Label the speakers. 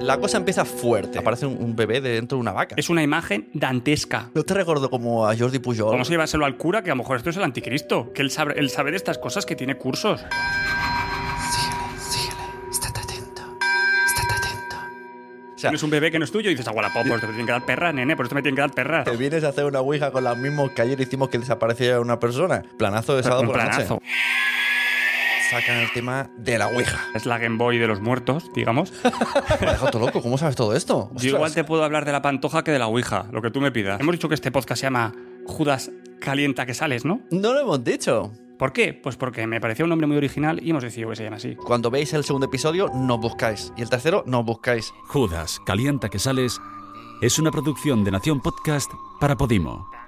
Speaker 1: La cosa empieza fuerte. Aparece un, un bebé de dentro de una vaca.
Speaker 2: Es una imagen dantesca.
Speaker 1: No te recuerdo como a Jordi Pujol.
Speaker 2: Vamos a llevárselo al cura, que a lo mejor esto es el anticristo, que él sabe, él sabe de estas cosas, que tiene cursos.
Speaker 3: Síguele, síguele. Estate atento. Estate atento.
Speaker 1: O sea,
Speaker 2: Tienes un bebé que no es tuyo y dices, agualapopos, te tienen que dar perra, nene, por esto me tienen que dar perra.
Speaker 1: te vienes a hacer una ouija con las mismas que ayer hicimos que desapareciera una persona. Planazo de sábado
Speaker 2: Un
Speaker 1: por la noche.
Speaker 2: planazo.
Speaker 1: Sacan el tema de la ouija.
Speaker 2: Es la Game Boy de los muertos, digamos.
Speaker 1: Me ha dejado todo loco. ¿Cómo sabes todo esto?
Speaker 2: Yo
Speaker 1: Ostras.
Speaker 2: igual te puedo hablar de la pantoja que de la ouija, lo que tú me pidas. Hemos dicho que este podcast se llama Judas Calienta que sales, ¿no?
Speaker 1: No lo hemos dicho.
Speaker 2: ¿Por qué? Pues porque me parecía un nombre muy original y hemos decidido que se llama así.
Speaker 1: Cuando veis el segundo episodio, nos buscáis. Y el tercero, nos buscáis.
Speaker 4: Judas, Calienta que Sales es una producción de Nación Podcast para Podimo.